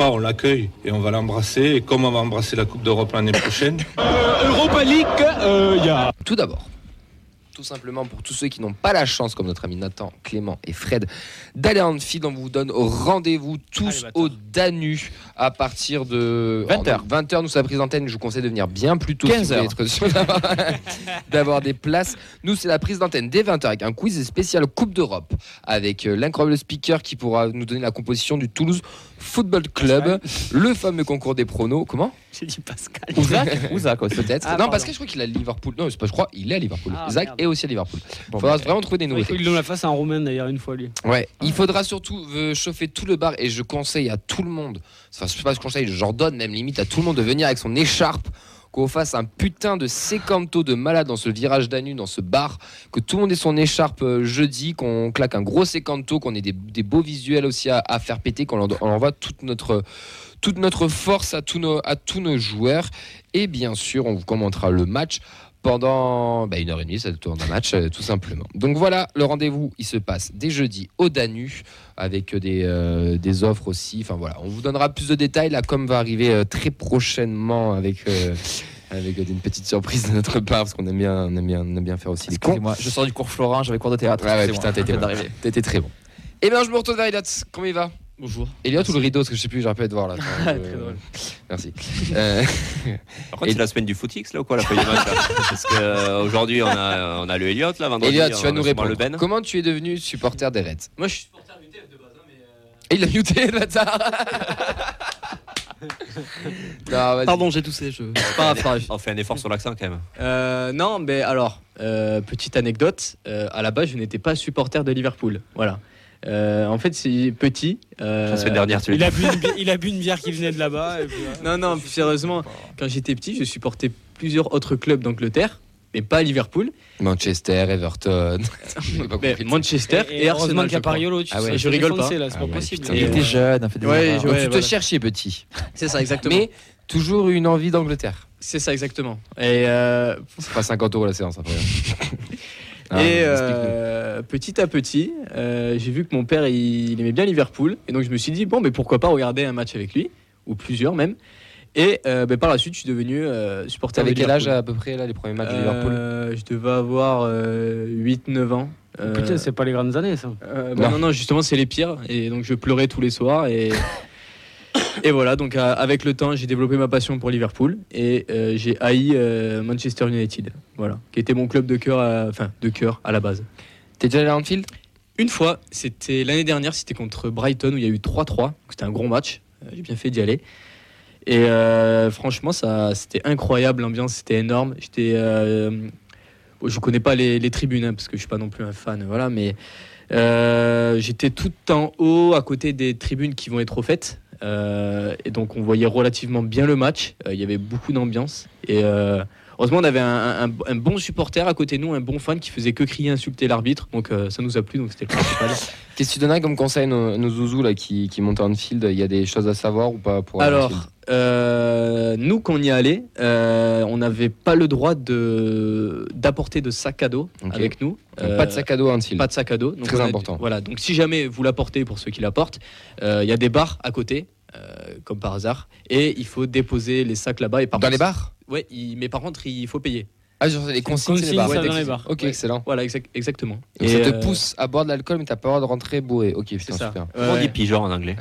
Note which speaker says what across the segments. Speaker 1: là, on l'accueille et on va l'embrasser. Et comme on va embrasser la Coupe d'Europe l'année prochaine.
Speaker 2: Europa League, euh, y a-
Speaker 3: Tout d'abord, tout simplement pour tous ceux qui n'ont pas la chance, comme notre ami Nathan, Clément et Fred, d'aller en field, on vous donne rendez-vous
Speaker 4: Ah,
Speaker 3: tous
Speaker 4: les bâtards.
Speaker 3: au Danu à partir de
Speaker 4: 20h.
Speaker 3: 20h, nous sommes à prise d'antenne. Je vous conseille de venir bien plus tôt si vous
Speaker 4: 15h.
Speaker 3: voulez être sûr d'avoir- d'avoir des places. Nous, c'est la prise d'antenne dès 20h avec un quiz spécial Coupe d'Europe avec euh, l'incroyable speaker qui pourra nous donner la composition du Toulouse Football Club, le fameux concours des pronos. Comment
Speaker 5: J'ai dit Pascal.
Speaker 4: Ouzak Ouzak aussi.
Speaker 3: Peut-être.
Speaker 5: Ah,
Speaker 3: non,
Speaker 5: pardon.
Speaker 3: parce que je crois qu'il a Liverpool. Non, c'est pas, je crois, il est à Liverpool.
Speaker 5: Ah,
Speaker 3: Isaac
Speaker 5: merde.
Speaker 3: est aussi à Liverpool.
Speaker 4: Bon,
Speaker 3: faudra
Speaker 4: ben,
Speaker 3: vraiment trouver des
Speaker 5: Il
Speaker 3: nouveautés.
Speaker 5: faut qu'il donne la face à un Roumain d'ailleurs, une fois lui.
Speaker 3: Ouais, il faudra surtout euh, chauffer tout le bar et je conseille à tout le monde, enfin je sais pas ce conseil, j'ordonne même limite à tout le monde de venir avec son écharpe, qu'on fasse un putain de sécanto de malade dans ce virage d'Anu, dans ce bar, que tout le monde ait son écharpe euh, jeudi, qu'on claque un gros sécanto, qu'on ait des, des beaux visuels aussi à, à faire péter, qu'on leur- on envoie toute notre, toute notre force à tous, nos, à tous nos joueurs et bien sûr on vous commentera le match. Pendant bah, une heure et demie, c'est le tour d'un match, euh, tout simplement. Donc voilà, le rendez-vous, il se passe dès jeudi au Danu, avec des, euh, des offres aussi. Enfin voilà, on vous donnera plus de détails. La com va arriver euh, très prochainement avec, euh, avec euh, une petite surprise de notre part, parce qu'on aime bien, on aime bien, on aime bien faire aussi les cons.
Speaker 4: Excusez-moi, je sors du cours Florent, j'avais cours de théâtre.
Speaker 3: Ouais, ouais,
Speaker 4: Excusez-moi,
Speaker 3: putain,
Speaker 4: je
Speaker 3: t'étais
Speaker 4: viens
Speaker 3: bon.
Speaker 4: d'arriver.
Speaker 3: T'étais très bon. Eh bien, je me retourne vers Elliot. Comment il va
Speaker 4: Bonjour.
Speaker 3: Elliot ou le rideau Parce que je sais plus, j'aurais pu être voir là. Attends, je-
Speaker 5: Très drôle.
Speaker 3: Merci. Euh,
Speaker 6: Par contre,
Speaker 3: Et-
Speaker 6: c'est la semaine du footix, là, ou quoi, la feuille de match, là Parce qu'aujourd'hui, on a, on a le Elliott, là, vendredi.
Speaker 3: Elliot, tu
Speaker 6: on
Speaker 3: vas nous
Speaker 6: recevra
Speaker 3: répondre.
Speaker 6: Le ben.
Speaker 3: Comment tu es devenu supporter des Reds
Speaker 4: Moi, je suis. hein, euh,
Speaker 3: Et il a muté, le bâtard Non, vas-y.
Speaker 4: Pardon, j'ai toussé. Je... Pas grave, pas grave.
Speaker 6: Ben. On fait un effort sur l'accent, quand même.
Speaker 4: Euh, non, mais alors, euh, petite anecdote. euh, à la base, je n'étais pas supporter de Liverpool. Voilà. Euh, en fait, c'est petit. euh,
Speaker 6: La semaine dernière, tu
Speaker 5: Il
Speaker 6: l'as
Speaker 5: a bu une, bi- il a bu une bière qui venait de là-bas. et puis, ouais.
Speaker 4: Non, non, plus sérieusement, quand j'étais petit, je supportais plusieurs autres clubs d'Angleterre, mais pas Liverpool,
Speaker 3: Manchester, Everton. Ah, J'ai pas
Speaker 4: mais
Speaker 3: compris.
Speaker 4: Manchester et,
Speaker 5: Et, et heureusement
Speaker 4: Arsenal.
Speaker 5: qu'il y
Speaker 4: je
Speaker 5: a
Speaker 4: crois.
Speaker 5: Pariolo, tu
Speaker 3: Ah ouais,
Speaker 5: serais
Speaker 4: je rigole
Speaker 5: défoncé,
Speaker 4: pas.
Speaker 5: là, c'est
Speaker 3: Ah
Speaker 5: pas
Speaker 3: ouais,
Speaker 5: possible.
Speaker 3: putain.
Speaker 4: Et-
Speaker 3: Il était
Speaker 4: jeune,
Speaker 7: a fait
Speaker 4: des Ouais, erreurs.
Speaker 3: Donc,
Speaker 4: ouais,
Speaker 3: tu
Speaker 4: voilà.
Speaker 3: te cherchais petit,
Speaker 4: C'est ça exactement.
Speaker 3: mais toujours une envie d'Angleterre.
Speaker 4: C'est ça exactement. Et, euh,
Speaker 3: C'est pas 50 euros la séance après. Ah,
Speaker 4: et
Speaker 3: explique-nous.
Speaker 4: euh, petit à petit, euh, j'ai vu que mon père il, il aimait bien Liverpool, et donc je me suis dit bon, mais pourquoi pas regarder un match avec lui ou plusieurs même. Et euh, ben, par la suite, je suis devenu euh, supporter
Speaker 3: T'avais
Speaker 4: de
Speaker 3: quel âge
Speaker 4: Liverpool.
Speaker 3: à peu près là les premiers matchs de Liverpool
Speaker 4: Euh, Je devais avoir 8-9 ans. Euh,
Speaker 5: Putain, c'est pas les grandes années, ça.
Speaker 4: Euh, bah
Speaker 3: Non.
Speaker 4: non. non, justement, c'est les pires. Et donc, je pleurais tous les soirs. Et, et voilà, donc à- avec le temps, j'ai développé ma passion pour Liverpool et euh, j'ai haï euh, Manchester United, voilà, qui était mon club de cœur, à- enfin de cœur à la base.
Speaker 3: T'es déjà allé à Anfield
Speaker 4: Une fois, c'était l'année dernière, c'était contre Brighton où il y a eu 3-3. donc C'était un gros match. Euh, J'ai bien fait d'y aller. Et euh, franchement, ça, c'était incroyable. L'ambiance, c'était énorme. J'étais, euh, bon, je connais pas les, les tribunes hein, parce que je suis pas non plus un fan, voilà. Mais euh, j'étais tout en haut, à côté des tribunes qui vont être refaites. Euh, et donc, on voyait relativement bien le match. Euh, Il y avait beaucoup d'ambiance. Et euh, heureusement, on avait un, un- un bon supporter à côté de nous, un bon fan qui faisait que crier, insulter l'arbitre. Donc, euh, ça nous a plu. Donc, c'était le principal.
Speaker 3: Qu'est-ce que tu donnerais comme conseil à nos, nos zouzous là, qui, qui montent à Anfield Il y a des choses à savoir ou pas pour aller à Anfield
Speaker 4: Alors, euh, nous, quand on y allait, euh, on n'avait pas le droit de d'apporter de sac à dos
Speaker 3: Ok.
Speaker 4: avec nous.
Speaker 3: Donc,
Speaker 4: Euh,
Speaker 3: Pas de sac à dos à Anfield.
Speaker 4: pas de sac à dos. Donc,
Speaker 3: Très
Speaker 4: on a-
Speaker 3: important.
Speaker 4: voilà. Donc, si jamais vous l'apportez, pour ceux qui l'apportent, euh, il y a des bars à côté, euh, comme par hasard, et il faut déposer les sacs là-bas. Et par
Speaker 3: Dans
Speaker 4: contre-
Speaker 3: les bars
Speaker 4: Ouais. il- mais par contre, il faut payer.
Speaker 3: Ah, genre, les consignes, c'est les
Speaker 5: consigne,
Speaker 3: bars.
Speaker 5: ça,
Speaker 3: Ouais,
Speaker 5: dans les
Speaker 3: d'accord.
Speaker 5: bars.
Speaker 3: Ok,
Speaker 4: Ouais.
Speaker 3: excellent.
Speaker 4: Voilà, exact- exactement.
Speaker 3: Donc, ça te
Speaker 4: euh,
Speaker 3: pousse à boire de l'alcool, mais t'as pas le droit de rentrer bourré. Ok,
Speaker 4: C'est
Speaker 3: putain,
Speaker 4: ça.
Speaker 3: super.
Speaker 4: Ouais.
Speaker 6: On dit pigeon en anglais.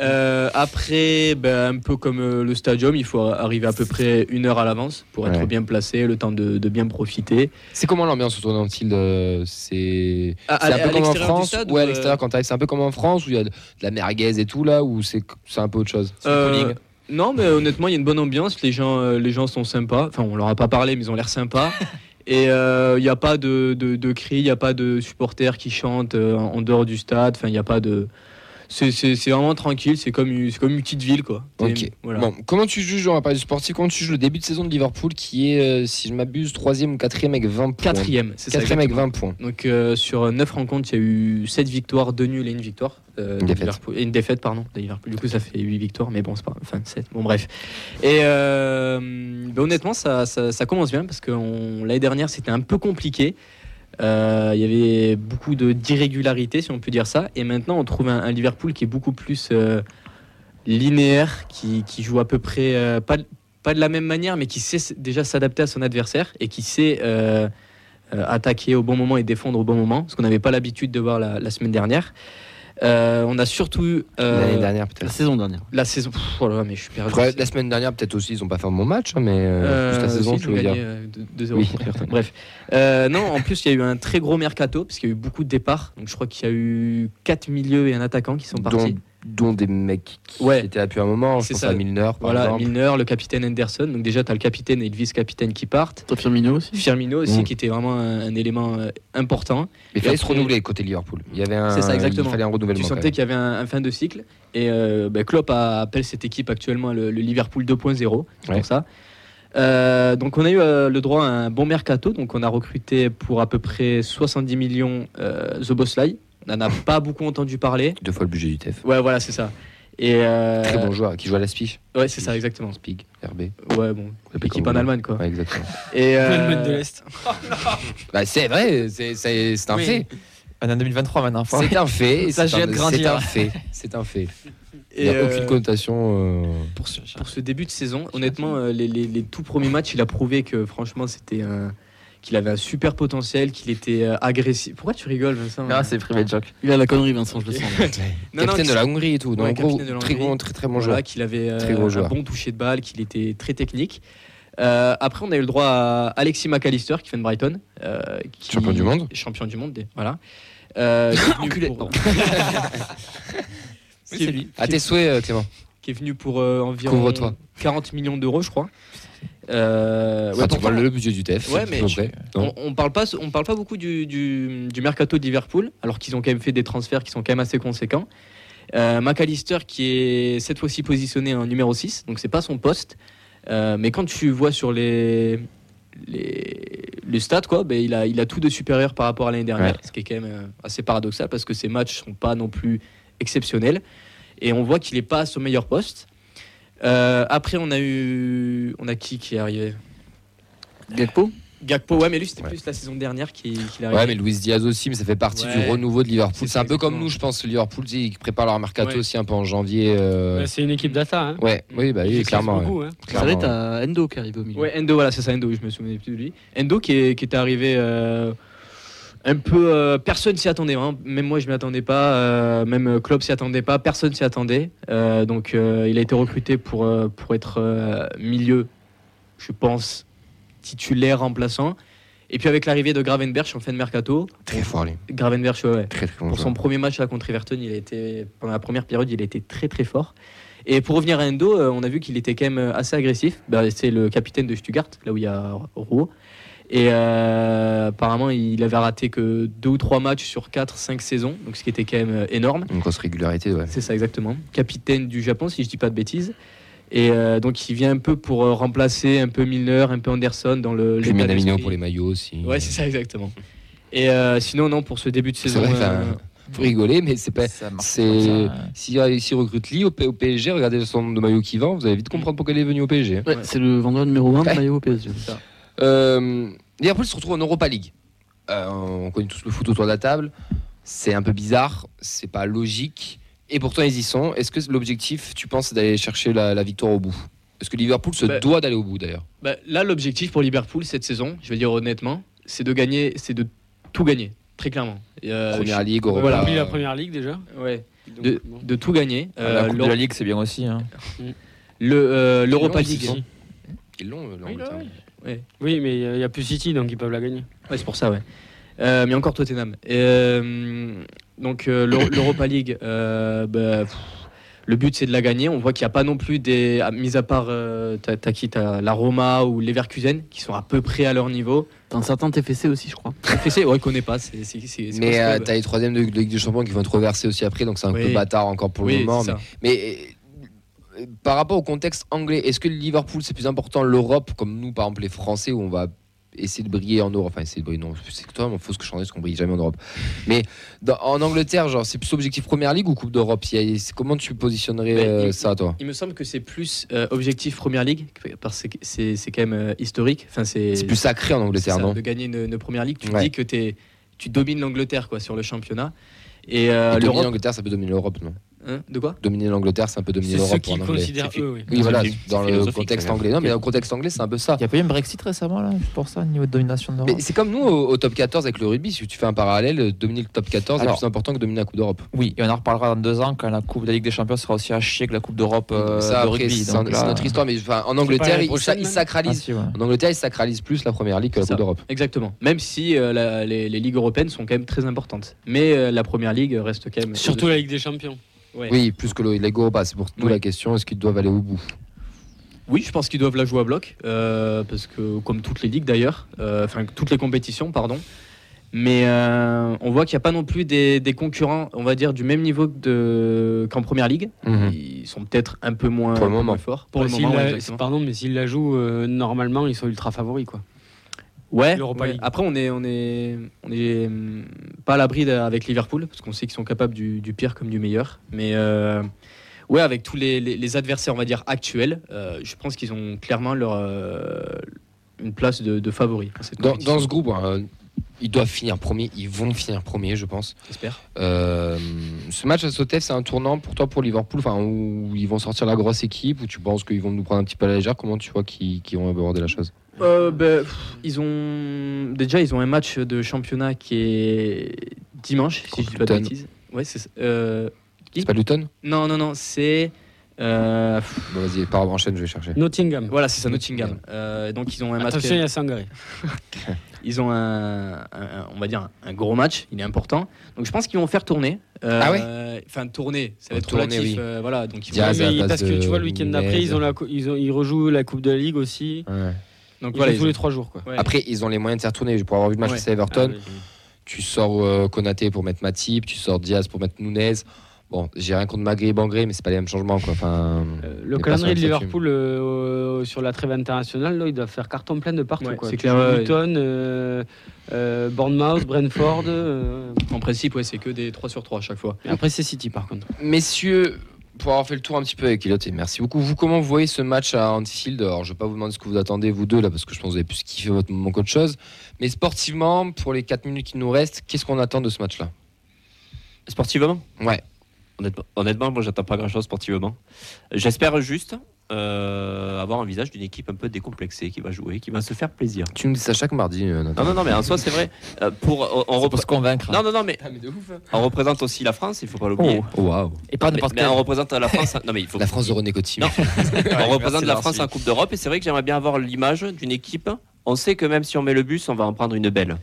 Speaker 4: Euh, après, ben, un peu comme euh, le stadium, il faut arriver à peu près une heure à l'avance pour être
Speaker 3: Ouais.
Speaker 4: bien placé, le temps de, de bien profiter.
Speaker 3: C'est comment l'ambiance autour d'Anfield euh, C'est
Speaker 4: À-
Speaker 3: c'est
Speaker 4: à- à
Speaker 3: un peu comme en
Speaker 4: l'extérieur du
Speaker 3: France.
Speaker 4: stade,
Speaker 3: ouais, à
Speaker 4: euh,
Speaker 3: l'extérieur quand t'arrives, c'est un peu comme en France où il y a de la merguez et tout là, où c'est c'est un peu autre chose.
Speaker 4: Euh,
Speaker 3: C'est le bowling.
Speaker 4: non, mais honnêtement, il y a une bonne ambiance. Les gens, euh, les gens sont sympas. Enfin, on leur a pas parlé, mais ils ont l'air sympas. Et euh, il n'y a pas de, de, de cris, il n'y a pas de supporters qui chantent euh, en dehors du stade. Enfin, il n'y a pas de. C'est c'est- c'est vraiment tranquille. C'est comme, une- c'est comme une petite ville, quoi. T'es-
Speaker 3: Ok.
Speaker 4: Voilà.
Speaker 3: Bon, comment tu juges, on va parler du sportif, comment tu juges le début de saison de Liverpool qui est, euh, si je m'abuse, troisième ou quatrième avec 20 points
Speaker 4: Quatrième, c'est ça.
Speaker 3: Quatrième avec
Speaker 4: exactement.
Speaker 3: 20 points.
Speaker 4: Donc euh, sur 9 rencontres, il y a eu 7 victoires, 2 nuls et une victoire. euh,
Speaker 3: Une
Speaker 4: de
Speaker 3: défaite.
Speaker 4: Liverpool- et une défaite, pardon, de Liverpool. Du coup, ça fait 8 victoires, mais bon, c'est pas. Enfin, 7. Bon, bref. Et euh, ben, honnêtement, ça, ça- ça commence bien parce que on- l'année dernière, c'était un peu compliqué. Euh, Il y avait beaucoup de- d'irrégularités, si on peut dire ça. Et maintenant, on trouve un, un Liverpool qui est beaucoup plus euh, linéaire, qui, qui joue à peu près, euh, pas, de- pas de la même manière, mais qui sait s- déjà s'adapter à son adversaire et qui sait euh, euh, attaquer au bon moment et défendre au bon moment, ce qu'on n'avait pas l'habitude de voir la, la semaine dernière. Euh, on a surtout eu, euh,
Speaker 3: L'année dernière,
Speaker 7: La
Speaker 3: peut-être.
Speaker 7: saison dernière.
Speaker 4: la saison. Pff, oh là là, mais je suis perdu.
Speaker 3: Après, la semaine dernière, peut-être aussi, ils n'ont pas fait un bon match, hein, mais euh,
Speaker 4: Euh,
Speaker 3: juste la saison,
Speaker 4: si,
Speaker 3: tu
Speaker 4: ils ont
Speaker 3: veux dire.
Speaker 4: gagné, euh, deux- 2-0
Speaker 3: Oui.
Speaker 4: contre Everton. Bref. Euh, non, en plus, il y a eu un très gros mercato, parce qu'il y a eu beaucoup de départs. Donc, je crois qu'il y a eu 4 milieux et un attaquant qui sont partis.
Speaker 3: Dont, dont des mecs qui
Speaker 4: Ouais.
Speaker 3: étaient là depuis un moment. Je
Speaker 4: C'est
Speaker 3: pense
Speaker 4: ça.
Speaker 3: à Milner, par
Speaker 4: Voilà,
Speaker 3: exemple.
Speaker 4: Milner, le capitaine Henderson. Donc, déjà, tu as le capitaine et le vice-capitaine qui partent.
Speaker 7: Toi, Firmino aussi
Speaker 4: Firmino aussi,
Speaker 3: Mm.
Speaker 4: qui était vraiment un, un élément euh, important.
Speaker 3: Il fallait
Speaker 4: Et
Speaker 3: se
Speaker 4: après-
Speaker 3: renouveler côté Liverpool. Il y avait un,
Speaker 4: C'est ça, exactement.
Speaker 3: Il fallait un
Speaker 4: Tu
Speaker 3: renouvellement. quand
Speaker 4: sentais
Speaker 3: même.
Speaker 4: qu'il y avait un, un fin de cycle. Et euh, ben, Klopp a- appelle cette équipe actuellement le, le Liverpool 2.0. C'est
Speaker 3: Ouais.
Speaker 4: pour ça. Euh, donc on a eu euh, le droit à un bon mercato. Donc on a recruté pour à peu près 70 millions euh, The Boslai. On n'en a pas beaucoup entendu parler.
Speaker 3: Deux fois le budget du TEF.
Speaker 4: Ouais, voilà, c'est ça. Et euh,
Speaker 3: Très bon joueur qui joue à la Spig.
Speaker 4: Ouais, c'est ça, exactement.
Speaker 3: Spig, RB.
Speaker 4: Ouais, bon,
Speaker 3: appelez
Speaker 4: équipe
Speaker 3: comme
Speaker 4: en
Speaker 3: vous
Speaker 4: Allemagne, quoi.
Speaker 3: Ouais, exactement.
Speaker 4: Et euh,
Speaker 5: L'Allemagne de l'Est.
Speaker 3: Bah, c'est vrai, c'est- c'est c'est un
Speaker 7: Oui.
Speaker 3: fait.
Speaker 8: On est en 2023 maintenant. faut-
Speaker 3: C'est un fait. et
Speaker 7: Ça,
Speaker 3: c'est
Speaker 7: j'ai
Speaker 3: un-
Speaker 7: hâte de grandir.
Speaker 3: C'est un fait. C'est un fait. Il
Speaker 4: et,
Speaker 3: n'y a
Speaker 4: euh,
Speaker 3: aucune connotation. euh,
Speaker 4: pour ce, pour ce début de saison, honnêtement, euh, les, les- les tout premiers matchs, il a prouvé que franchement, c'était un- qu'il avait un super potentiel, qu'il était euh, agressif. Pourquoi tu rigoles, Vincent
Speaker 3: Ah,
Speaker 8: Non, c'est privé de joke.
Speaker 7: Il a la connerie, Vincent, je le sens.
Speaker 4: Non, non,
Speaker 3: capitaine
Speaker 4: qu'il-
Speaker 3: de la Hongrie et tout. Donc,
Speaker 4: Ouais,
Speaker 3: en gros,
Speaker 4: capitaine de la
Speaker 3: très,
Speaker 4: Hongrie.
Speaker 3: bon, très très bon
Speaker 4: voilà,
Speaker 3: joueur.
Speaker 4: qu'il avait euh,
Speaker 3: Très gros
Speaker 4: un
Speaker 3: joueur.
Speaker 4: bon toucher de balle, qu'il était très technique. Euh, après, on a eu le droit à Alexis McAllister, qui vient de Brighton. euh, qui-
Speaker 3: Champion du monde.
Speaker 4: Champion du monde, voilà. Euh, qui est venu
Speaker 3: Enculé.
Speaker 4: pour-
Speaker 3: Non.
Speaker 4: Qui est-
Speaker 3: À tes souhaits, euh, Clément.
Speaker 4: qui est venu pour euh, environ
Speaker 3: Couvre-toi.
Speaker 4: 40 millions d'euros, je crois. Euh, ouais,
Speaker 3: Attends,
Speaker 4: pourtant,
Speaker 3: le budget du TEF.
Speaker 4: Ouais, mais-
Speaker 3: à peu près.
Speaker 4: on, on parle pas, on parle pas beaucoup du, du- du mercato de Liverpool, alors qu'ils ont quand même fait des transferts qui sont quand même assez conséquents. Euh, McAllister qui est cette fois-ci positionné en numéro 6, donc c'est pas son poste. Euh, mais quand tu vois sur les les, les stats quoi, ben, il a il a tout de supérieur par rapport à l'année dernière,
Speaker 3: Ouais.
Speaker 4: ce qui est quand même euh, assez paradoxal parce que ses matchs sont pas non plus exceptionnels et on voit qu'il est pas à son meilleur poste. Euh, après on a eu on a qui qui est arrivé
Speaker 7: Gakpo
Speaker 4: Gakpo, ouais, mais lui, c'était
Speaker 3: Ouais.
Speaker 4: plus la saison dernière qu'il qu'il
Speaker 3: Ah Ouais,
Speaker 4: arrive.
Speaker 3: mais Luis Diaz aussi, mais ça fait partie du
Speaker 4: Ouais.
Speaker 3: renouveau de Liverpool.
Speaker 4: C'est
Speaker 3: C'est un peu
Speaker 4: exactement.
Speaker 3: comme nous, je pense. Liverpool, tu sais, ils préparent leur mercato
Speaker 4: Ouais.
Speaker 3: aussi un peu en janvier. euh,
Speaker 5: Bah, C'est une équipe data. Hein.
Speaker 3: Ouais, oui, bah
Speaker 5: Qui
Speaker 3: oui,
Speaker 5: se
Speaker 3: clairement.
Speaker 5: casse
Speaker 3: ouais.
Speaker 5: beaucoup, hein.
Speaker 7: Ça va,
Speaker 3: Clairement, ouais.
Speaker 7: t'as Endo qui arrive au milieu.
Speaker 4: Ouais, Endo, voilà, c'est ça, Endo, je me souvenais plus de lui. Endo qui, est, qui était arrivé euh, un peu. euh, personne s'y attendait, hein. même moi, je m'y attendais pas, euh, même Klopp s'y attendait pas, personne s'y attendait. Euh, donc, euh, il a été recruté pour, euh, pour être euh, milieu, je pense, titulaire, remplaçant. Et puis, avec l'arrivée de Gravenberch en fin de mercato,
Speaker 3: Très fort, lui.
Speaker 4: Gravenberch, ouais, ouais.
Speaker 3: Très, très bon
Speaker 4: Pour
Speaker 3: joueur.
Speaker 4: son premier match à contre Everton, il a été, pendant la première période, il a été très très fort. Et pour revenir à Endo, euh, on a vu qu'il était quand même euh, assez agressif. Bah, c'est le capitaine de Stuttgart, là où il y a Rouault. Et euh, apparemment, il avait raté que deux ou trois matchs sur quatre, cinq saisons, donc ce qui était quand même euh, énorme.
Speaker 3: Une grosse régularité, ouais.
Speaker 4: C'est ça exactement. Capitaine du Japon, si je dis pas de bêtises. Et euh, donc il vient un peu pour euh, remplacer un peu Milner, un peu Anderson dans le. l'état
Speaker 3: Puis Minamino
Speaker 4: d'esprit.
Speaker 3: pour les maillots aussi.
Speaker 4: Ouais, c'est ça exactement. Et euh, sinon, non, pour ce début de saison.
Speaker 3: vrai, enfin,
Speaker 4: euh,
Speaker 3: Faut rigoler, mais c'est pas.
Speaker 8: Ça marche
Speaker 3: C'est
Speaker 8: comme ça,
Speaker 3: s'il
Speaker 8: euh.
Speaker 3: s'il recrute Lee au, P- au PSG, regardez le nombre de maillots qui vend, vous allez vite comprendre pourquoi il est venu au PSG.
Speaker 7: Ouais, C'est le vendeur numéro 1 de maillot au PSG.
Speaker 3: Euh, Liverpool se retrouve en Europa League. Euh, on connaît tous le foot autour de la table. C'est un peu bizarre, c'est pas logique. Et pourtant, ils y sont. Est-ce que l'objectif, tu penses, c'est d'aller chercher la, la victoire au bout Est-ce que Liverpool se
Speaker 4: Ben-
Speaker 3: doit d'aller au bout d'ailleurs
Speaker 4: Bah, là, l'objectif pour Liverpool cette saison, je vais dire honnêtement, c'est de gagner, c'est de tout gagner, très clairement. Et, euh,
Speaker 3: Première Ligue, Europa
Speaker 5: On
Speaker 4: Voilà.
Speaker 5: oublie la première ligue déjà.
Speaker 4: je- ouais,
Speaker 5: Donc,
Speaker 4: de,
Speaker 5: bon. Mm.
Speaker 4: de tout gagner.
Speaker 8: Ah, la
Speaker 4: Euh,
Speaker 8: Coupe
Speaker 4: l'Euro-
Speaker 8: de la Ligue, c'est bien aussi. hein.
Speaker 4: le, euh, L'Europa
Speaker 3: Ils l'ont,
Speaker 4: League.
Speaker 3: ils Ils l'ont, euh, l'Angleterre.
Speaker 5: Oui, mais il n'y a plus City, donc ils peuvent la gagner.
Speaker 4: Ouais, c'est pour ça, ouais. Euh, mais encore Tottenham. Et, euh, donc euh, l'Euro- l'Europa League, euh, bah, pff, le but c'est de la gagner. On voit qu'il n'y a pas non plus des, à- mis à part, euh, t'as t'as qui, t'as la Roma ou l'Everkusen qui sont à peu près à leur niveau.
Speaker 7: T'as un certain TFC aussi, je crois.
Speaker 4: FC, ouais, connaît pas. c'est- c'est- c'est- c'est
Speaker 3: Mais
Speaker 4: pas ce
Speaker 3: euh,
Speaker 4: club.
Speaker 3: t'as les troisièmes de, de Ligue des Champions qui vont être reversés aussi après, donc c'est un
Speaker 4: Oui.
Speaker 3: peu bâtard encore pour
Speaker 4: Oui,
Speaker 3: le moment.
Speaker 4: c'est ça.
Speaker 3: Mais euh, par rapport au contexte anglais, est-ce que Liverpool c'est plus important l'Europe comme nous par exemple les Français où on va essayer de briller en Europe. Enfin, essayer de briller, non, c'est que toi, il faut ce que je parce qu'on brille jamais en Europe. Mais dans- en Angleterre, genre, c'est plus objectif Première Ligue ou Coupe d'Europe Il y a- c'est- Comment tu positionnerais
Speaker 4: Ben,
Speaker 3: euh,
Speaker 4: il-
Speaker 3: ça, toi
Speaker 4: Il me semble que c'est plus euh, objectif Première Ligue parce que c'est c'est quand même euh, historique. Enfin, c'est
Speaker 3: C'est plus sacré en
Speaker 4: c'est
Speaker 3: Angleterre,
Speaker 4: ça,
Speaker 3: non
Speaker 4: de gagner une, une Première Ligue. Tu te
Speaker 3: Ouais.
Speaker 4: dis que t'es- tu domines l'Angleterre quoi sur le championnat et euh,
Speaker 3: Et Dominer
Speaker 4: l'Europe.
Speaker 3: l'Angleterre, ça peut dominer l'Europe, non
Speaker 4: Hein, de quoi
Speaker 3: Dominer l'Angleterre, c'est un peu dominer
Speaker 5: C'est ceux
Speaker 3: l'Europe
Speaker 5: qui
Speaker 3: en anglais.
Speaker 5: considèrent
Speaker 6: C'est
Speaker 5: eux, oui.
Speaker 3: Oui, voilà,
Speaker 6: C'est phil-
Speaker 3: dans
Speaker 6: c'est
Speaker 3: le
Speaker 6: philosophique,
Speaker 3: contexte
Speaker 6: ça,
Speaker 3: anglais. Non, mais dans le contexte anglais, c'est un peu ça.
Speaker 8: Il n'y a pas eu un Brexit récemment, là, pour ça, au niveau de domination de l'Europe
Speaker 3: Mais c'est comme nous au, au top 14 avec le rugby. Si tu fais un parallèle, euh, dominer le top 14
Speaker 8: Alors-
Speaker 3: est plus important que dominer la Coupe d'Europe.
Speaker 8: Oui, et on en reparlera dans deux ans quand la Coupe de la Ligue des Champions sera aussi à chier que la Coupe d'europe euh,
Speaker 3: ça,
Speaker 8: de
Speaker 3: après,
Speaker 8: rugby.
Speaker 3: c'est
Speaker 8: donc
Speaker 3: un-
Speaker 8: là-
Speaker 3: c'est notre histoire. Mais enfin, en
Speaker 5: pas
Speaker 3: Angleterre,
Speaker 5: l'année
Speaker 3: ils
Speaker 5: prochaine,
Speaker 3: ils
Speaker 5: même
Speaker 8: Ah,
Speaker 3: sacralisent.
Speaker 8: si, ouais.
Speaker 3: En Angleterre, ils sacralisent plus la première ligue que la
Speaker 4: C'est ça.
Speaker 3: Coupe d'Europe.
Speaker 4: Exactement. Même si euh, la- les, les ligues européennes sont quand même très importantes, mais euh, la Première Ligue reste quand même.
Speaker 5: Surtout la Ligue des Champions.
Speaker 4: Ouais.
Speaker 3: Oui, plus que le- les Europa. C'est pour tout
Speaker 4: Oui.
Speaker 3: la question est-ce qu'ils doivent aller au bout
Speaker 4: Oui, je pense qu'ils doivent la jouer à bloc, euh, parce que comme toutes les ligues d'ailleurs, euh, enfin toutes les compétitions, pardon. Mais euh, on voit qu'il n'y a pas non plus des, des concurrents, on va dire, du même niveau que de- qu'en première ligue.
Speaker 3: Mhm.
Speaker 4: Ils sont peut-être un peu moins,
Speaker 3: Pour
Speaker 4: un
Speaker 3: le
Speaker 4: peu
Speaker 3: moment.
Speaker 4: moins forts. Pour le
Speaker 5: S'ils
Speaker 4: moment,
Speaker 5: la-
Speaker 4: ouais, exactement.
Speaker 5: pardon, mais s'ils la jouent euh, normalement, ils sont ultra favoris, quoi.
Speaker 4: Ouais,
Speaker 5: l'Europa
Speaker 4: ouais.
Speaker 5: League.
Speaker 4: Après, on est, on est, on est hum, pas à l'abri d'a- avec Liverpool, parce qu'on sait qu'ils sont capables du, du pire comme du meilleur. Mais euh, ouais, avec tous les, les- les adversaires, on va dire, actuels, euh, je pense qu'ils ont clairement leur, euh, une place de, de favori. dans cette
Speaker 3: dans,
Speaker 4: compétition,
Speaker 3: dans ce groupe, euh, ils doivent finir premier. Ils vont finir premier, je pense.
Speaker 4: j'espère.
Speaker 3: Euh, ce match à Sotef, c'est un tournant pour toi, pour Liverpool, enfin, où ils vont sortir la grosse équipe, où tu penses qu'ils vont nous prendre un petit peu à la légère. Comment tu vois qu'ils qu'ils vont aborder la chose
Speaker 4: Euh, ben, pff, ils ont déjà ils ont un match de championnat qui est dimanche si je dis pas de
Speaker 3: Luton.
Speaker 4: bêtises. Ouais, c'est ça. Euh,
Speaker 3: C'est pas Luton
Speaker 4: non non non, c'est euh, pff,
Speaker 3: Bon, vas-y, par enchaîne, je vais chercher.
Speaker 5: Nottingham.
Speaker 4: voilà, c'est ça Nottingham. Euh, donc ils ont un match
Speaker 5: Attention, il y a Sangaré.
Speaker 4: ils ont un, un- un- on va dire un gros match, il est important. Donc je pense qu'ils vont faire tourner. Euh,
Speaker 3: Ah
Speaker 4: Enfin tourner, ça va être
Speaker 3: Tourner,
Speaker 4: relatif.
Speaker 3: oui.
Speaker 4: euh, voilà, donc ils vont-
Speaker 3: Diaz,
Speaker 5: Ouais, mais
Speaker 3: à la
Speaker 5: parce
Speaker 3: place
Speaker 5: que
Speaker 3: de
Speaker 5: tu vois, le week-end d'après,
Speaker 3: Nunez.
Speaker 5: ils, ont la cou- ils, ont- ils rejouent la Coupe de la Ligue aussi.
Speaker 3: Ouais.
Speaker 4: donc
Speaker 5: Ils
Speaker 4: voilà, ils
Speaker 5: jouent tous
Speaker 4: ont-
Speaker 5: les trois jours, quoi.
Speaker 4: ouais.
Speaker 3: Après, ils ont les moyens de se retourner. Pour avoir vu le match
Speaker 4: Ouais.
Speaker 3: face à Everton,
Speaker 5: Ah, oui.
Speaker 3: tu sors euh, Konaté pour mettre Matip, tu sors Diaz pour mettre Nunez. Bon, j'ai rien contre Magré et Bangré, mais c'est pas les mêmes changements. Quoi. Enfin,
Speaker 5: Euh, le
Speaker 3: Mais
Speaker 5: calendrier de
Speaker 3: personne ne
Speaker 5: Liverpool euh, euh, sur la trêve internationale, là, ils doivent faire carton plein de partout.
Speaker 4: Ouais,
Speaker 5: quoi.
Speaker 4: c'est
Speaker 5: Tu
Speaker 4: clair,
Speaker 5: joues
Speaker 4: ouais, ouais.
Speaker 5: Luton, euh, euh, Bournemouth, Brentford. euh,
Speaker 4: en principe, ouais, c'est que des 3 sur 3 à chaque fois.
Speaker 5: et Après, c'est City, par contre.
Speaker 3: Messieurs, pour avoir fait le tour un petit peu avec Elliot, et merci beaucoup. Vous, comment vous voyez ce match à Anfield Alors, je ne vais pas vous demander ce que vous attendez, vous deux, là, parce que je pense que vous avez plus kiffé votre moment qu'autre chose. Mais sportivement, pour les 4 minutes qui nous restent, qu'est-ce qu'on attend de ce match-là
Speaker 6: Sportivement
Speaker 3: Ouais.
Speaker 6: Honnêtement, honnêtement, moi, j'attends pas grand-chose sportivement. J'espère juste euh, avoir un visage d'une équipe un peu décomplexée qui va jouer, qui va se faire plaisir.
Speaker 3: Tu nous dis ça chaque mardi, euh, Nathan.
Speaker 6: Non, non, non, mais en soi, c'est vrai. Euh, pour, on, on
Speaker 8: Pour
Speaker 6: repre-
Speaker 8: se convaincre. hein.
Speaker 6: Non, non, non,
Speaker 8: Ah,
Speaker 6: mais on représente aussi la France, il faut pas l'oublier.
Speaker 3: Oh, waouh.
Speaker 8: Et pas
Speaker 6: mais,
Speaker 8: n'importe
Speaker 6: mais
Speaker 8: quel.
Speaker 6: on représente la France. Non, mais il faut.
Speaker 3: La France de René Coty.
Speaker 6: Non.
Speaker 8: Ouais,
Speaker 6: on représente la
Speaker 8: merci d'avoir
Speaker 6: France
Speaker 8: suivi.
Speaker 6: en Coupe d'Europe et c'est vrai que j'aimerais bien avoir l'image d'une équipe. On sait que même si on met le bus, on va en prendre une belle.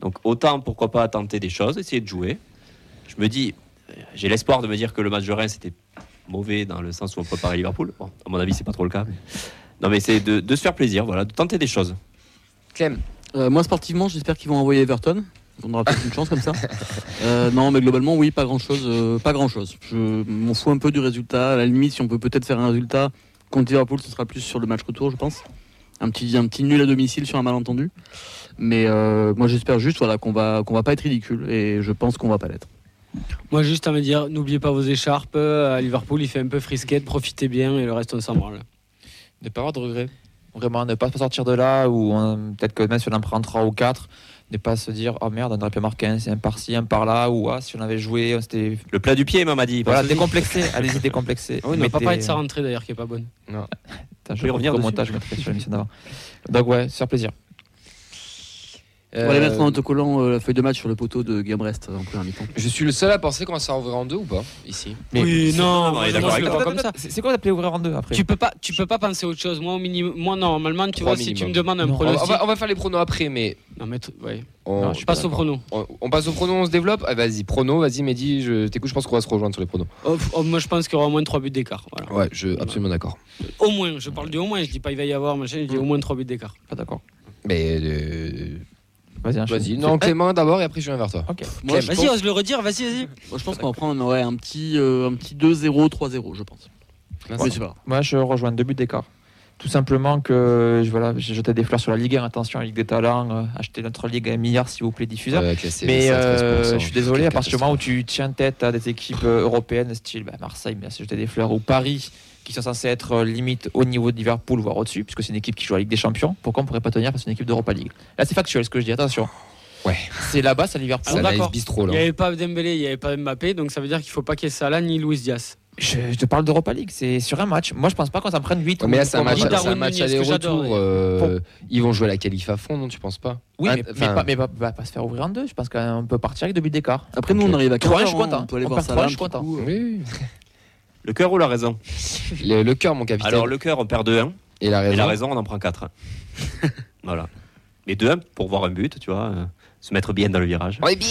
Speaker 6: Donc autant pourquoi pas tenter des choses, essayer de jouer. Je me dis, euh, j'ai l'espoir de me dire que le match de Reims était mauvais dans le sens où on préparait Liverpool. Bon, à mon avis, c'est pas trop le cas. mais- Non, mais c'est de, de se faire plaisir, voilà, de tenter des choses.
Speaker 3: Clem,
Speaker 7: Euh, moi, sportivement, j'espère qu'ils vont envoyer Everton. On aura peut-être une chance comme ça. Euh, non, mais globalement, oui, pas grand-chose. euh, pas grand-chose. Je m'en fous un peu du résultat. À la limite, si on peut peut-être faire un résultat contre Liverpool, ce sera plus sur le match retour, je pense. Un petit, un petit nul à domicile sur un malentendu. Mais euh, moi, j'espère juste voilà, qu'on va, qu'on va pas être ridicule. Et je pense qu'on va pas l'être.
Speaker 5: Moi, juste à me dire, n'oubliez pas vos écharpes. euh, À Liverpool, il fait un peu frisquette. Profitez bien et le reste, on s'en branle.
Speaker 8: Ne pas avoir de regrets. Vraiment, ne pas se sortir de là, ou euh, peut-être que même si on en prend 3 ou 4, ne pas se dire oh merde, on aurait pu marquer un, un par-ci, un par-là, ou ah, si on avait joué, on s'était.
Speaker 3: Bah,
Speaker 6: Le plat du pied, m'a dit.
Speaker 8: Voilà, décomplexé, allez-y, décomplexé.
Speaker 3: Ah
Speaker 5: On ne va pas
Speaker 8: Mettez-
Speaker 5: parler de sa rentrée d'ailleurs, qui est pas bonne.
Speaker 8: Putain, je
Speaker 6: Oui,
Speaker 8: vais
Speaker 6: revenir
Speaker 8: revenir au
Speaker 6: dessus.
Speaker 8: montage, je mettrai sur l'émission d'avant. Donc, ouais, se faire plaisir.
Speaker 7: On va
Speaker 3: euh,
Speaker 7: aller mettre en autocollant euh, la feuille de match sur le poteau de Guillaume Brest en première mi-temps.
Speaker 3: je suis le seul à penser qu'on va s'en ouvrir en deux ou pas Ici.
Speaker 8: Mais-
Speaker 5: oui, non,
Speaker 6: non,
Speaker 5: moi,
Speaker 6: il est
Speaker 5: je
Speaker 6: d'accord
Speaker 5: le
Speaker 6: avec
Speaker 5: vois
Speaker 8: Attends,
Speaker 5: comme
Speaker 8: attends,
Speaker 5: ça.
Speaker 8: C'est c'est quoi d'appeler ouvrir en deux après
Speaker 5: Tu peux pas, tu peux pas penser à autre chose. Moi, au minimum, moi normalement, tu
Speaker 3: Trois
Speaker 5: vois, si tu
Speaker 3: minimum.
Speaker 5: me demandes un
Speaker 8: Non, on
Speaker 3: On va,
Speaker 5: pronostic,
Speaker 3: on va- on va faire les pronos après, mais
Speaker 5: non mais t- ouais.
Speaker 3: on,
Speaker 8: Non, je
Speaker 5: je
Speaker 8: suis
Speaker 5: passe
Speaker 8: pas
Speaker 5: au prono.
Speaker 3: on- on passe aux pronos, on se développe Ah, Vas-y, pronos, vas-y, Mehdi, je t'écoute, je pense qu'on va se rejoindre sur les pronos.
Speaker 5: Oh, f- oh, moi, je pense qu'il y aura au moins 3 buts d'écart. voilà.
Speaker 3: Ouais, je absolument d'accord.
Speaker 5: Au moins, je parle du au moins. Je dis pas il va y avoir machin. Je dis
Speaker 3: Mm.
Speaker 5: au moins 3 buts d'écart.
Speaker 8: Pas d'accord.
Speaker 3: Mais euh,
Speaker 8: Vas-y, enchaîne.
Speaker 3: vas-y, non, Clément d'abord et après je viens vers toi.
Speaker 8: Ok.
Speaker 7: Moi, je pense,
Speaker 5: Vas-y, ose le redire. Vas-y, vas-y.
Speaker 7: moi, je pense qu'on va prendre ouais, un petit, euh, un petit 2-0, 3-0, je pense.
Speaker 3: Là,
Speaker 7: Mais c'est pas grave.
Speaker 8: Moi, je rejoins deux buts d'écart. Tout simplement que je- voilà, j'ai jeté des fleurs sur la Ligue 1, attention, la Ligue des Talents, euh, achetez notre Ligue à un milliard s'il vous plaît, diffuseur.
Speaker 3: Ouais, classé
Speaker 8: Mais
Speaker 3: 13%,
Speaker 8: euh, je suis
Speaker 3: quelle
Speaker 8: désolé, à partir du moment où
Speaker 3: catastrophe.
Speaker 8: tu tiens tête à des équipes euh, européennes, style bah, Marseille, bien sûr, jeter des fleurs, ou Paris, qui sont censés être euh, limite au niveau de Liverpool, voire au-dessus, puisque c'est une équipe qui joue à la Ligue des Champions, pourquoi on ne pourrait pas tenir parce que c'est une équipe d'Europa League Là, c'est factuel ce que je dis, attention.
Speaker 3: Ouais.
Speaker 8: C'est là-bas, c'est à Liverpool.
Speaker 3: C'est un live
Speaker 8: D'accord.
Speaker 3: bistrot
Speaker 5: Il
Speaker 3: là.
Speaker 5: n'y avait pas Dembélé, il n'y avait pas Mbappé, donc ça veut dire qu'il ne faut pas qu'il y ait Salah ni Luis Diaz.
Speaker 8: Je, je te parle d'Europa League, c'est sur un match. Moi, je pense pas qu'on s'en prenne 8
Speaker 3: Ouais, mais là, c'est un match,
Speaker 5: Darwin
Speaker 3: c'est un
Speaker 5: Nunez,
Speaker 3: match
Speaker 5: que j'adore,
Speaker 3: aller-retour.
Speaker 5: ouais.
Speaker 3: euh, Ils vont jouer la qualif à fond, non Tu penses pas
Speaker 8: Oui,
Speaker 3: Ah,
Speaker 8: mais, mais
Speaker 3: enfin,
Speaker 8: pas, mais pas- pas- pas se faire ouvrir en deux. Je pense qu'on peut partir avec deux buts d'écart.
Speaker 7: Après, nous, on arrive à 15
Speaker 8: Trois, je suis
Speaker 7: heures, hein.
Speaker 8: content.
Speaker 7: On peut aller
Speaker 8: On
Speaker 7: voir
Speaker 8: perd
Speaker 7: ça.
Speaker 8: trois,
Speaker 7: là,
Speaker 8: je suis
Speaker 7: un petit
Speaker 8: content.
Speaker 7: coup, euh.
Speaker 3: Oui,
Speaker 6: Le cœur ou la raison
Speaker 3: oui. le, le cœur, mon capitaine.
Speaker 6: Alors, le cœur, on perd 2-1.
Speaker 3: et la raison.
Speaker 6: Et la raison, on en prend 4. voilà. Mais 2-1 pour voir un but, tu vois, euh, se mettre bien dans le virage.
Speaker 3: On est bien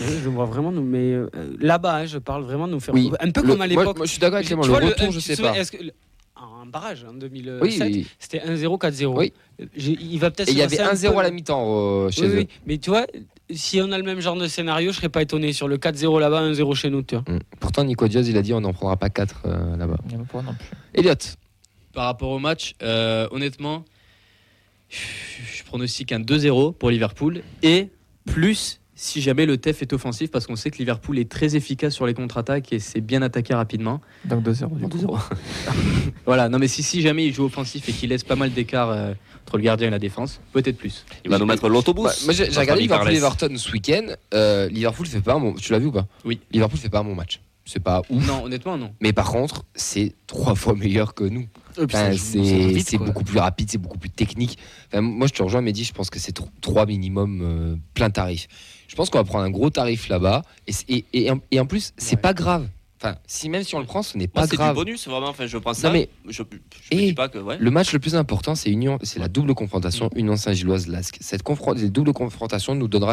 Speaker 5: Je vois vraiment nous, mais euh, là-bas, hein, je parle vraiment de nous faire
Speaker 3: Oui.
Speaker 5: un peu
Speaker 3: Le-
Speaker 5: comme à
Speaker 3: moi-
Speaker 5: l'époque.
Speaker 3: moi, je suis d'accord avec
Speaker 5: Tu
Speaker 3: Clément. Le
Speaker 5: vois, le-
Speaker 3: retour,
Speaker 5: euh,
Speaker 3: je
Speaker 5: tu te
Speaker 3: sais
Speaker 5: souviens,
Speaker 3: pas.
Speaker 5: est-ce que le- en barrage en 2007,
Speaker 3: Oui, oui.
Speaker 5: c'était 1-0, 4-0.
Speaker 3: Oui.
Speaker 5: J'ai- Il va peut-être.
Speaker 3: Et il
Speaker 5: se
Speaker 3: y avait
Speaker 5: passer un
Speaker 3: 1-0
Speaker 5: peu
Speaker 3: à la
Speaker 5: le-
Speaker 3: mi-temps euh, chez
Speaker 5: Oui,
Speaker 3: eux.
Speaker 5: oui, mais tu vois, si on a le même genre de scénario, je serais pas étonné sur le 4-0 là-bas, 1-0 chez nous, tu vois.
Speaker 3: Mm. Pourtant, Nico Diaz, il a dit on n'en prendra pas 4 là-bas.
Speaker 8: Il y en a pas non plus.
Speaker 3: Elliot,
Speaker 4: Par rapport au match, euh, honnêtement, je pronostique un 2-0 pour Liverpool et plus si jamais le TEF est offensif parce qu'on sait que Liverpool est très efficace sur les contre-attaques et c'est bien attaqué rapidement.
Speaker 8: Donc 2-0. du coup.
Speaker 4: Voilà, non mais si, si jamais il joue offensif et qu'il laisse pas mal d'écart euh, entre le gardien et la défense, peut-être plus.
Speaker 6: Il va nous mettre
Speaker 3: Bah,
Speaker 6: l'autobus.
Speaker 3: moi, j'ai j'ai
Speaker 6: Notre
Speaker 3: regardé
Speaker 6: ami
Speaker 3: Liverpool
Speaker 6: Carles.
Speaker 3: Everton ce week-end. Euh, Liverpool fait pas un bon. Tu l'as vu ou pas
Speaker 4: Oui.
Speaker 3: Liverpool fait pas un bon match. C'est pas ouf.
Speaker 4: Non, honnêtement, non.
Speaker 3: Mais par contre, c'est trois fois meilleur que nous.
Speaker 7: Et Euh, puis,
Speaker 3: Enfin,
Speaker 7: ça joue- ça joue
Speaker 3: c'est
Speaker 7: vite,
Speaker 3: c'est
Speaker 7: quoi.
Speaker 3: beaucoup plus rapide, c'est beaucoup plus technique. Enfin, moi, je te rejoins, Mehdi, je pense que c'est tro- trois minimum euh, plein tarif. Je pense qu'on va prendre un gros tarif là-bas. Et, c'est- et, et en, et en plus, c'est
Speaker 4: Ouais.
Speaker 3: pas grave. Enfin, si même si on le prend, ce n'est
Speaker 6: Moi,
Speaker 3: pas
Speaker 6: c'est du
Speaker 3: grave.
Speaker 6: bonus, vraiment. Enfin, je pense
Speaker 3: Non,
Speaker 6: ça.
Speaker 3: mais
Speaker 6: Je, je me
Speaker 3: Eh.
Speaker 6: dis pas que. Ouais.
Speaker 3: le match le plus important, c'est Union, c'est la double confrontation
Speaker 5: Mm.
Speaker 3: Union Saint-Gilloise-Lasque. Cette confron- les doubles confrontations nous donnera,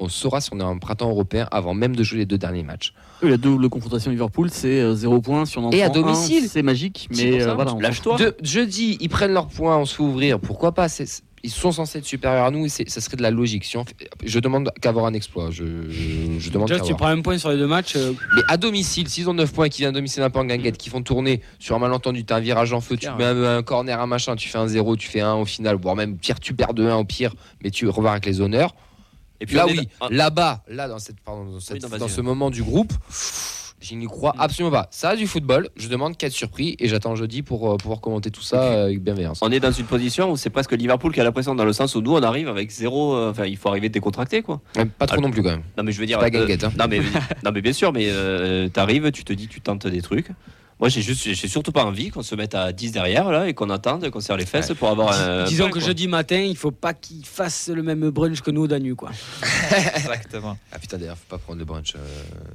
Speaker 3: on saura si on est en printemps européen avant même de jouer les deux derniers match.
Speaker 7: Oui, La double confrontation Liverpool, c'est 0 points sur Hein,
Speaker 3: Et à domicile.
Speaker 7: C'est magique,
Speaker 3: C'est pour
Speaker 7: mais
Speaker 3: ça.
Speaker 7: euh, voilà. on-
Speaker 6: Lâche-toi.
Speaker 3: De, jeudi, ils prennent leurs points, on se fait ouvrir. Pourquoi pas C'est- c'est- Ils sont censés être supérieurs à nous et c'est- ça serait de la logique. Si on fait- je demande qu'avoir un exploit. Je, je- je demande
Speaker 5: Déjà,
Speaker 3: qu'à
Speaker 5: tu
Speaker 3: voir.
Speaker 5: prends un point sur les deux matchs. euh,
Speaker 3: Mais à domicile, s'ils ont 9 points et qu'ils viennent à domicile un peu en guinguette, qui font tourner sur un malentendu, t'as un virage en feu, tu
Speaker 4: Clair,
Speaker 3: mets un, un corner, un machin, tu fais un 0, tu fais un au final, voire même pire, tu perds 2-1 au pire, mais tu repars avec les honneurs.
Speaker 6: Et puis,
Speaker 3: Là
Speaker 6: on est
Speaker 3: oui,
Speaker 6: dans-
Speaker 3: là-bas, là dans, cette, pardon, dans, cette-
Speaker 6: non, vas-y.
Speaker 3: dans ce moment du groupe, je n'y crois absolument pas. Ça a du football, je demande qu'à être surpris et j'attends jeudi pour euh, pouvoir commenter tout ça euh, avec bienveillance.
Speaker 6: On est dans une position où c'est presque Liverpool qui a la pression, dans le sens où nous, on arrive avec zéro. euh, Enfin, il faut arriver décontracté, quoi.
Speaker 3: Ouais, Pas trop
Speaker 6: Alors-
Speaker 3: non plus quand même.
Speaker 6: Non, mais je veux dire.
Speaker 3: Pas
Speaker 6: euh,
Speaker 3: guinguette, hein.
Speaker 6: non, mais, non, mais bien sûr, mais euh, t'arrives, tu te dis, tu tentes des trucs. Moi, j'ai juste, j'ai surtout pas envie qu'on se mette à 10 derrière, là, et qu'on attende, qu'on serre les fesses pour avoir
Speaker 3: Euh,
Speaker 6: un.
Speaker 5: disons
Speaker 6: point,
Speaker 5: que
Speaker 6: quoi.
Speaker 5: jeudi matin, il faut pas qu'ils fassent le même brunch que nous au Danu, quoi.
Speaker 8: Exactement.
Speaker 3: Ah putain d'ailleurs, faut pas prendre le brunch. euh,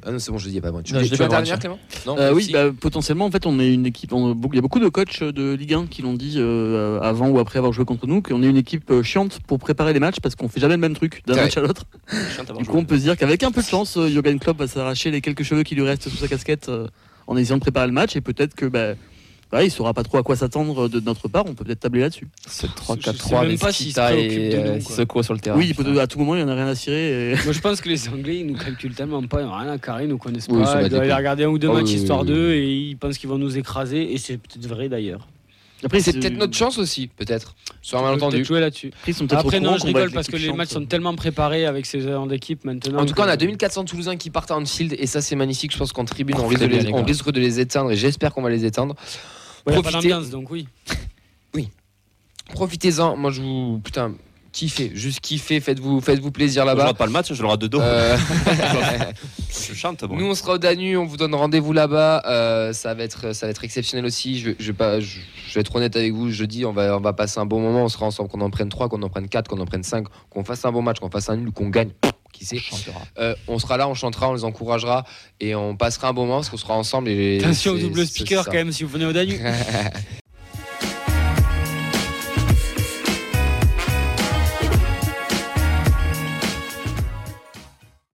Speaker 3: Ah non c'est bon, jeudi il n'y a pas brunch.
Speaker 7: Non,
Speaker 3: Tu-
Speaker 7: je l'ai
Speaker 3: tu
Speaker 7: pas
Speaker 3: vas
Speaker 7: brunch,
Speaker 3: dernière,
Speaker 7: hein.
Speaker 3: Clément Non
Speaker 7: Euh, oui,
Speaker 3: si.
Speaker 7: bah, potentiellement, en fait, on est une équipe. on- beaucoup- il y a beaucoup de coachs de Ligue 1 qui l'ont dit euh, avant ou après avoir joué contre nous, qu'on est une équipe euh, chiante pour préparer les matchs parce qu'on fait jamais le même truc d'un
Speaker 3: C'est
Speaker 7: match à l'autre.
Speaker 6: Chiant d'avoir
Speaker 7: Du
Speaker 6: joué.
Speaker 7: coup, on peut se dire qu'avec un peu de chance, euh, Jürgen Klopp va s'arracher les quelques cheveux qui lui restent sous sa casquette euh, en essayant de préparer le match et peut-être que bah, bah, il saura pas trop à quoi s'attendre euh, de notre part. On peut peut-être tabler là-dessus.
Speaker 8: C'est
Speaker 5: Je- je sais
Speaker 8: 3-4-3
Speaker 5: même
Speaker 8: avec
Speaker 5: pas s'ils se
Speaker 8: Kita
Speaker 5: préoccupent
Speaker 8: et
Speaker 5: de nous,
Speaker 8: euh,
Speaker 5: quoi.
Speaker 8: Sissoko sur le terrain.
Speaker 7: oui, peut- à tout moment, il n'y en a rien à cirer. et-
Speaker 5: Moi, je pense que les Anglais, ils nous calculent tellement pas, ils n'ont rien à carrer, ils nous connaissent
Speaker 3: Oui, ça
Speaker 5: pas.
Speaker 3: va
Speaker 5: Ils doivent aller
Speaker 3: dépendre.
Speaker 5: regarder un ou deux
Speaker 3: Ah,
Speaker 5: matchs
Speaker 3: oui, oui,
Speaker 5: histoire
Speaker 3: oui.
Speaker 5: d'eux et ils pensent qu'ils vont nous écraser, et c'est peut-être vrai d'ailleurs.
Speaker 7: Après,
Speaker 3: C'est peut-être notre chance aussi, peut-être. Sur un
Speaker 5: Ils peuvent
Speaker 3: malentendu.
Speaker 5: peut-être jouer là-dessus.
Speaker 7: Après, ils sont peut-être au
Speaker 5: Après,
Speaker 7: courant
Speaker 5: non, je
Speaker 7: qu'on va
Speaker 5: rigole
Speaker 7: être
Speaker 5: parce que les
Speaker 7: l'équipe
Speaker 5: matchs
Speaker 7: chiante.
Speaker 5: sont tellement préparés avec ces gens d'équipe maintenant.
Speaker 3: En tout cas, on
Speaker 5: que-
Speaker 3: a 2400 Toulousains qui partent en field et ça, c'est magnifique. Je pense qu'en tribune, on risque, de
Speaker 8: Profitez
Speaker 3: Oh, les,
Speaker 8: bien, les gars.
Speaker 3: on risque de les éteindre et j'espère qu'on va les éteindre.
Speaker 5: Ouais, y a pas
Speaker 3: Profitez.
Speaker 5: d'ambiance, donc oui.
Speaker 3: Profitez-en. Moi, je vous. Putain, kiffez. Juste kiffez. Faites-vous faites -vous plaisir
Speaker 6: Je
Speaker 3: là-bas.
Speaker 6: rate pas le match, je le rate de dos.
Speaker 3: Euh,
Speaker 6: Je chante, moi.
Speaker 3: nous, on sera au Danu. On vous donne rendez-vous là-bas. Euh, ça, va être, ça va être exceptionnel aussi. Je, vais- je vais pas, je, je vais être honnête avec vous. Jeudi, on va, on va passer un bon moment. On sera ensemble. Qu'on en prenne 3, qu'on en prenne 4, qu'on en prenne 5, qu'on fasse un bon match, qu'on fasse un nul, qu'on gagne. Qui sait Euh, on sera là, on chantera, on les encouragera et on passera un bon moment parce qu'on sera ensemble. Et
Speaker 5: Attention au
Speaker 3: c'est-
Speaker 5: double
Speaker 3: c'est
Speaker 5: speaker
Speaker 3: ça.
Speaker 5: quand même si vous venez au Danube.